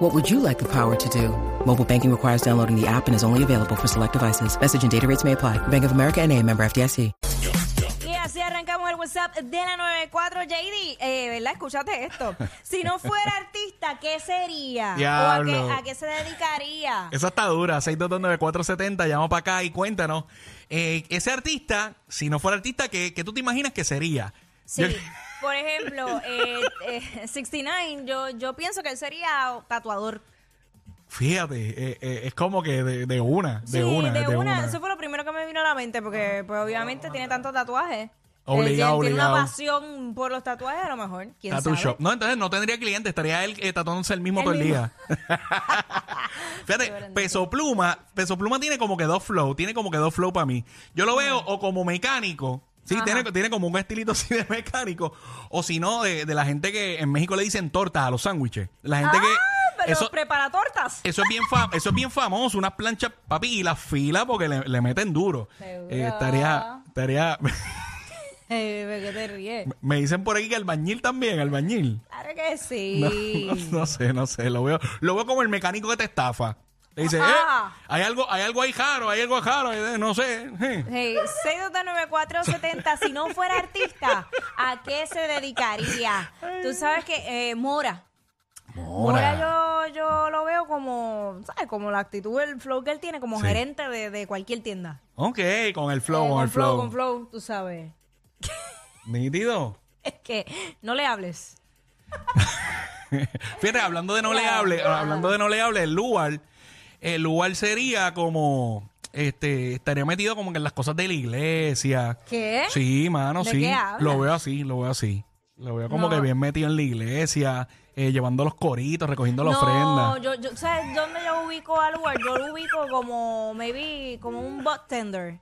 What would you like the power to do? Mobile banking requires downloading the app and is only available for select devices. Message and data rates may apply. Bank of America and a member FDIC. Y así arrancamos el WhatsApp de la 94 JD. Eh, ¿Verdad? Escúchate esto. Si no fuera artista, ¿qué sería? ¿O a Diablo. qué, a qué se dedicaría? Esa está dura, 6229470, llama para acá y cuéntanos. Eh, ese artista, si no fuera artista, ¿qué, qué tú te imaginas que sería? Sí. Yo- Por ejemplo, eh, eh, 69, yo, yo pienso que él sería tatuador. fíjate, eh, eh, es como que de, de una, sí, de una, de, una. Eso fue lo primero que me vino a la mente, porque pues, obviamente tiene tantos tatuajes. Eh, Obligado, tiene, tiene obligado. una pasión por los tatuajes, a lo mejor. ¿Quién Tattoo sabe? shop. No, entonces no tendría cliente, estaría él eh, tatuándose el mismo El todo el mismo. día. Fíjate, Peso Pluma, Peso Pluma tiene como que dos flow, tiene como que dos flow para mí. Yo lo veo o como mecánico, sí, Ajá. tiene, tiene como un estilito así de mecánico, o si no, de, de la gente que en México le dicen tortas a los sándwiches. La gente Ah, que... pero eso- prepara tortas. Eso es bien fa- eso es bien famoso, unas planchas, papi, y las filas porque le, le meten duro. Seguro. Eh, estaría, estaría, Eh, ¿por qué te ríes? me dicen por ahí que albañil también, albañil. Claro que No, sí. no- no sé, no sé, lo veo, lo veo como el mecánico que te estafa. Te dice, Ah. eh, hay algo, hay algo ahí jaro, hay algo jaro, eh, no sé. eh. Hey, 6229470, si no fuera artista, ¿a qué se dedicaría? Tú sabes que eh, Mora. Mora yo, yo lo veo como, ¿sabes? Como la actitud, el flow que él tiene como Sí. gerente de, de cualquier tienda. Ok, con el flow, Eh, con, el flow. con flow, tú sabes. Nítido. Es que no le hables. Fíjate, hablando de no le hable, hablando de no le hable, el lugar, el lugar sería como, este, estaría metido como que en las cosas de la iglesia. ¿Qué? Sí, mano, ¿De sí. qué hablas? Lo veo así, lo veo así. Lo veo como No. que bien metido en la iglesia, eh, llevando los coritos, recogiendo la no, ofrenda. yo, yo, ¿sabes dónde yo ubico al lugar? Yo lo ubico como, maybe, como un bartender.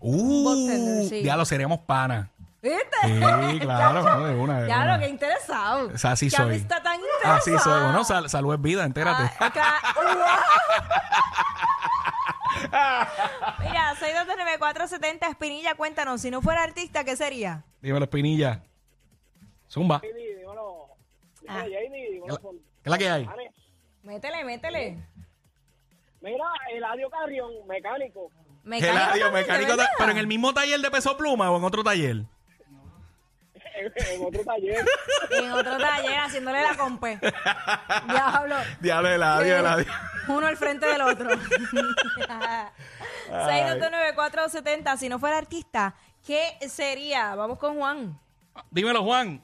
bartender, Uh, sí. ya lo seríamos pana. ¿Viste? Sí, claro, no, de una, de Ya una. lo que interesado. O sea, así Qué soy. amistad tan interesada. Así soy. Bueno, sal- salud es vida, entérate. Ah, claro. Wow. Mira, 629-470 Espinilla, cuéntanos, si no fuera artista, ¿qué sería? Dímelo, Espinilla. Zumba. ¿Qué Jamie, dímelo. Ah. Dímelo, Jamie, dímelo, es la- son- qué es la que hay? Ane. Métele, métele. Mira, Eladio Carrión, mecánico. Mecánico Eladio, también, ¿de mecánico, verdad? pero en el mismo taller de peso pluma o en otro taller. En, en otro taller. En otro taller, haciéndole la compe. Diablo. Diablo, Eladio, Eladio. Uno al frente del otro. 629-470 si no fuera artista, ¿qué sería? Vamos con Juan. Dímelo, Juan.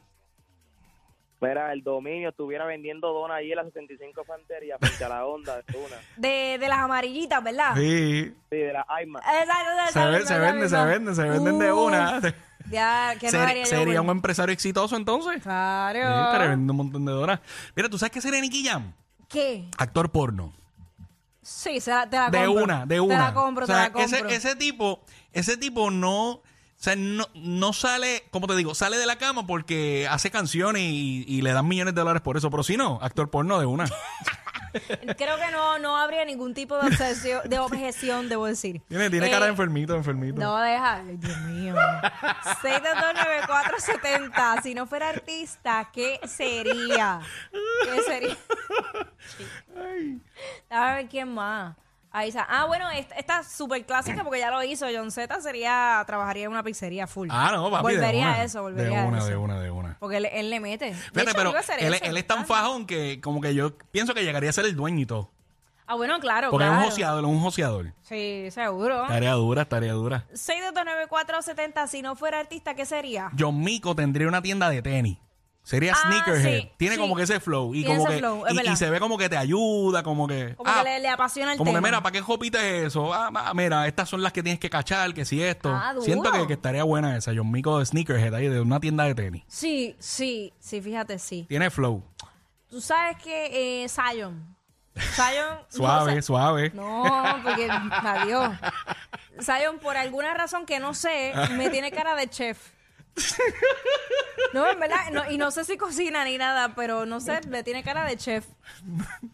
Mira, el dominio estuviera vendiendo donas ahí en la 65 Fantería frente a la onda de Tuna. De, de las amarillitas, ¿verdad? Sí. Sí, de la AIMA. Exacto, exacto, Se, ve- exacto, se vende, se exacto. vende, se venden de Uf, una. Ya, que no Ser- haría yo, sería un güey? empresario exitoso entonces. Sí, estaría Claro. vendiendo un montón de donas. Mira, ¿tú sabes qué sería Nicky Jam? ¿Qué? Actor porno. Sí, se la- te la De compro. una, de una. Te la compro, O sea, te la compro. Ese, ese tipo, ese tipo no, o sea, no, no sale, como te digo, sale de la cama porque hace canciones y, y le dan millones de dólares por eso. Pero si no, actor porno de una. Creo que no, no habría ningún tipo de obsesión, de objeción, debo decir. Tiene, tiene Eh, cara de enfermito, de enfermito. No, deja. Ay, Dios mío. 6229470. Si no fuera artista, ¿qué sería? ¿Qué sería? A ver, ¿quién más? Ahí está. Ah, bueno, esta, esta es súper clásica porque ya lo hizo. John Z sería, trabajaría en una pizzería full. Ah, no, papi, de Volvería una. a eso, volvería De a una, eso. de una, de una. Porque él, él le mete. De Fíjate, hecho, pero iba a hacer él, eso. él es tan fajón que como que yo pienso que llegaría a ser el dueño y todo. Ah, bueno, claro, Porque claro. es un joseador, es un joseador. Sí, seguro. Tarea dura, tarea dura. 6229470. Si no fuera artista, ¿qué sería? John Mico tendría una tienda de tenis. Sería Ah, sneakerhead. sí, Tiene sí. como que ese flow. Y Tiene como ese que, flow, es y- y, verdad. se ve como que te ayuda, como que. Como ah, que le, le apasiona el como tema. que mira, ¿para qué jopite es eso? Ah, ma- mira, estas son las que tienes que cachar, que si esto. Ah, duro. Siento que, que estaría buena esa. John Mico de sneakerhead ahí, de una tienda de tenis. Sí, sí, sí, fíjate, sí. Tiene flow. Tú sabes que eh, Zion. Zion. Suave, no sé- suave. No, porque. Adiós. Zion, por alguna razón que no sé, me tiene cara de chef. No, en verdad, no- y no sé si cocina ni nada, pero no sé, me tiene cara de chef.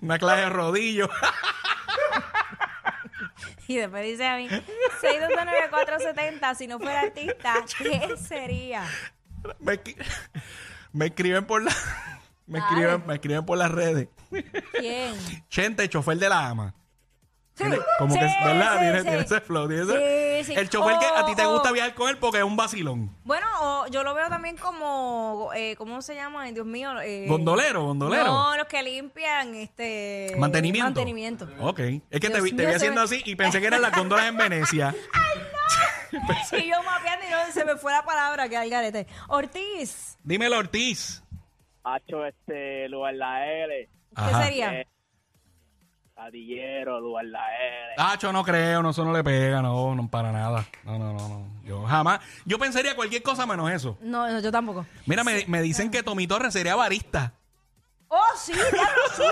Una clase de rodillo. Y después dice a mí, 629-470, si no fuera artista, ¿qué sería? me, escri- me escriben por la. Me escriben, me escriben por las redes. ¿Quién? Chente, chofer de la ama. Sí, Tiene- Como que, sí, ¿verdad? sí, tiene, sí. tiene ese flow. tiene ese- Sí, Oh, sí. El chofer que a ti te O- gusta o- viajar con él porque es un vacilón. Bueno, o yo lo veo también como, eh, ¿cómo se llama? Ay, Dios mío. eh, Gondolero, gondolero. No, los que limpian este... Mantenimiento. Mantenimiento. Ok. Es que te Dios vi, te mío, vi se haciendo me- así y pensé que eran las góndolas en Venecia. Y yo mapeando y no, se me fue la palabra que al garete. Ortiz, Dímelo, Ortiz. Hacho, este, lugar la L. ¿qué Ajá. sería? Eh, Adillero, lugar la L. Tacho, no creo, no, eso no le pega, no, no, para nada. No, no, no, no. Yo jamás. Yo pensaría cualquier cosa menos eso. No, no, yo tampoco. Mira, me, me dicen que Tommy Torres sería barista. Oh, sí, claro, sí.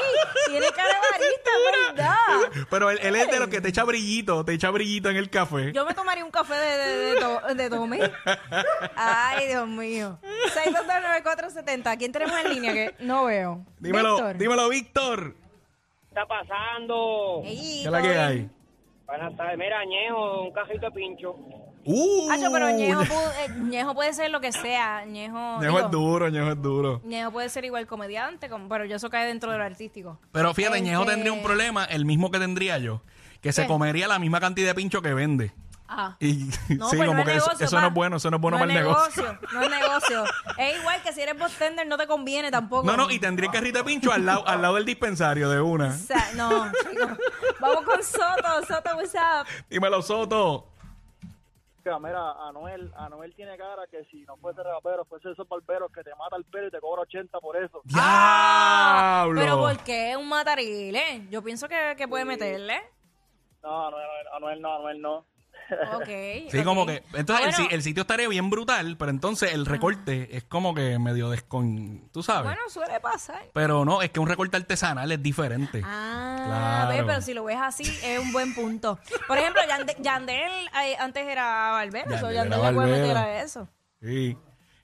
Tiene cara de barista, es verdad. Pero él, él es de los que te echa brillito, te echa brillito en el café. Yo me tomaría un café de, de, de, to- de Tommy. Ay, Dios mío. 6229470. ¿Quién tenemos en línea que no veo? dímelo, Víctor. dímelo, Víctor. está pasando? Ey, ¿Qué es la que todo hay? bien. Buenas tardes. Mira, Ñejo, un cajito de pincho. Uh, Hacho, pero Ñejo, Ñejo pu- eh, Ñejo puede ser lo que sea. Ñejo, digo, es duro, Ñejo es duro. Ñejo puede ser igual comediante, como, pero yo eso cae dentro de lo artístico. Pero fíjate, Este- Ñejo tendría un problema, el mismo que tendría yo, que se ¿Qué? comería la misma cantidad de pincho que vende. Ah. Y No, sí, pues como no es que negocio, eso, eso pa. no es bueno, eso no es bueno No para es el negocio. No es negocio. es igual que si eres bartender no te conviene tampoco. No, no, y tendría el carrito de pincho al lado, al lado del dispensario de O una. sea, no, chicos. Vamos con Soto. Soto, what's up? Dímelo, Soto. Mira, Anuel, Anuel tiene cara que si no fuese rapero, fuese esos barberos que te mata el pelo y te cobra 80 por eso. ¡Diablo! Pero ¿por qué un matarile? Yo pienso que, que puede meterle. No, Anuel, Anuel no, Anuel no. Ok. Sí, ok. como que. Entonces, el Ah, si- bueno, el, sitio estaría bien brutal, pero entonces el recorte es como que medio descon. ¿Tú sabes? Bueno, suele pasar. pero no, es que un recorte artesanal es diferente. Ah, Claro. ve, pero si lo ves así, es un buen punto. Por ejemplo, Yande- Yandel eh, antes era barbero, so Yandel era Yandel le puede barbero. meter a eso. Sí.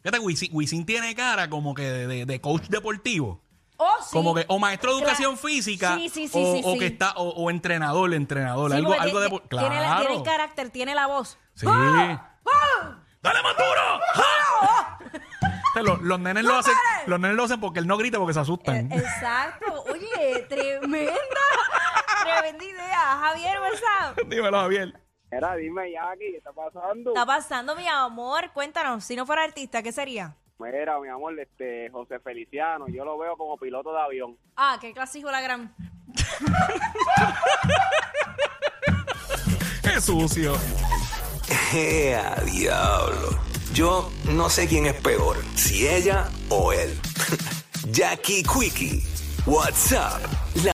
Fíjate, Wisin, Wisin tiene cara como que de, de- de coach deportivo. Oh, sí. Como que, o maestro de Claro. educación física, Sí, sí, sí, o, sí, o sí. que está, o, o entrenador, entrenador, Sí, algo, porque algo de ti- por- tiene, la- tiene el Claro. carácter, tiene la voz. Sí. ¡Ah! ¡Ah! ¡Dale más duro! ¡Ja! Este, lo- Los, nenes lo hacen, los nenes lo hacen porque él no grita porque se asustan. Eh, Exacto. Oye, tremenda, tremenda idea. Javier, what's up? Dímelo, Javier. Mira, dime, Jackie, ¿qué está pasando? Está pasando, mi amor. Cuéntanos, si no fuera artista, ¿qué sería? Mira, mi amor, este, José Feliciano, yo lo veo como piloto de avión. Ah, qué clásico la gran. ¡Qué sucio! ¡Ea, ¡Eh, diablo! Yo no sé quién es peor, si ella o él. Jackie Quickie, WhatsApp, la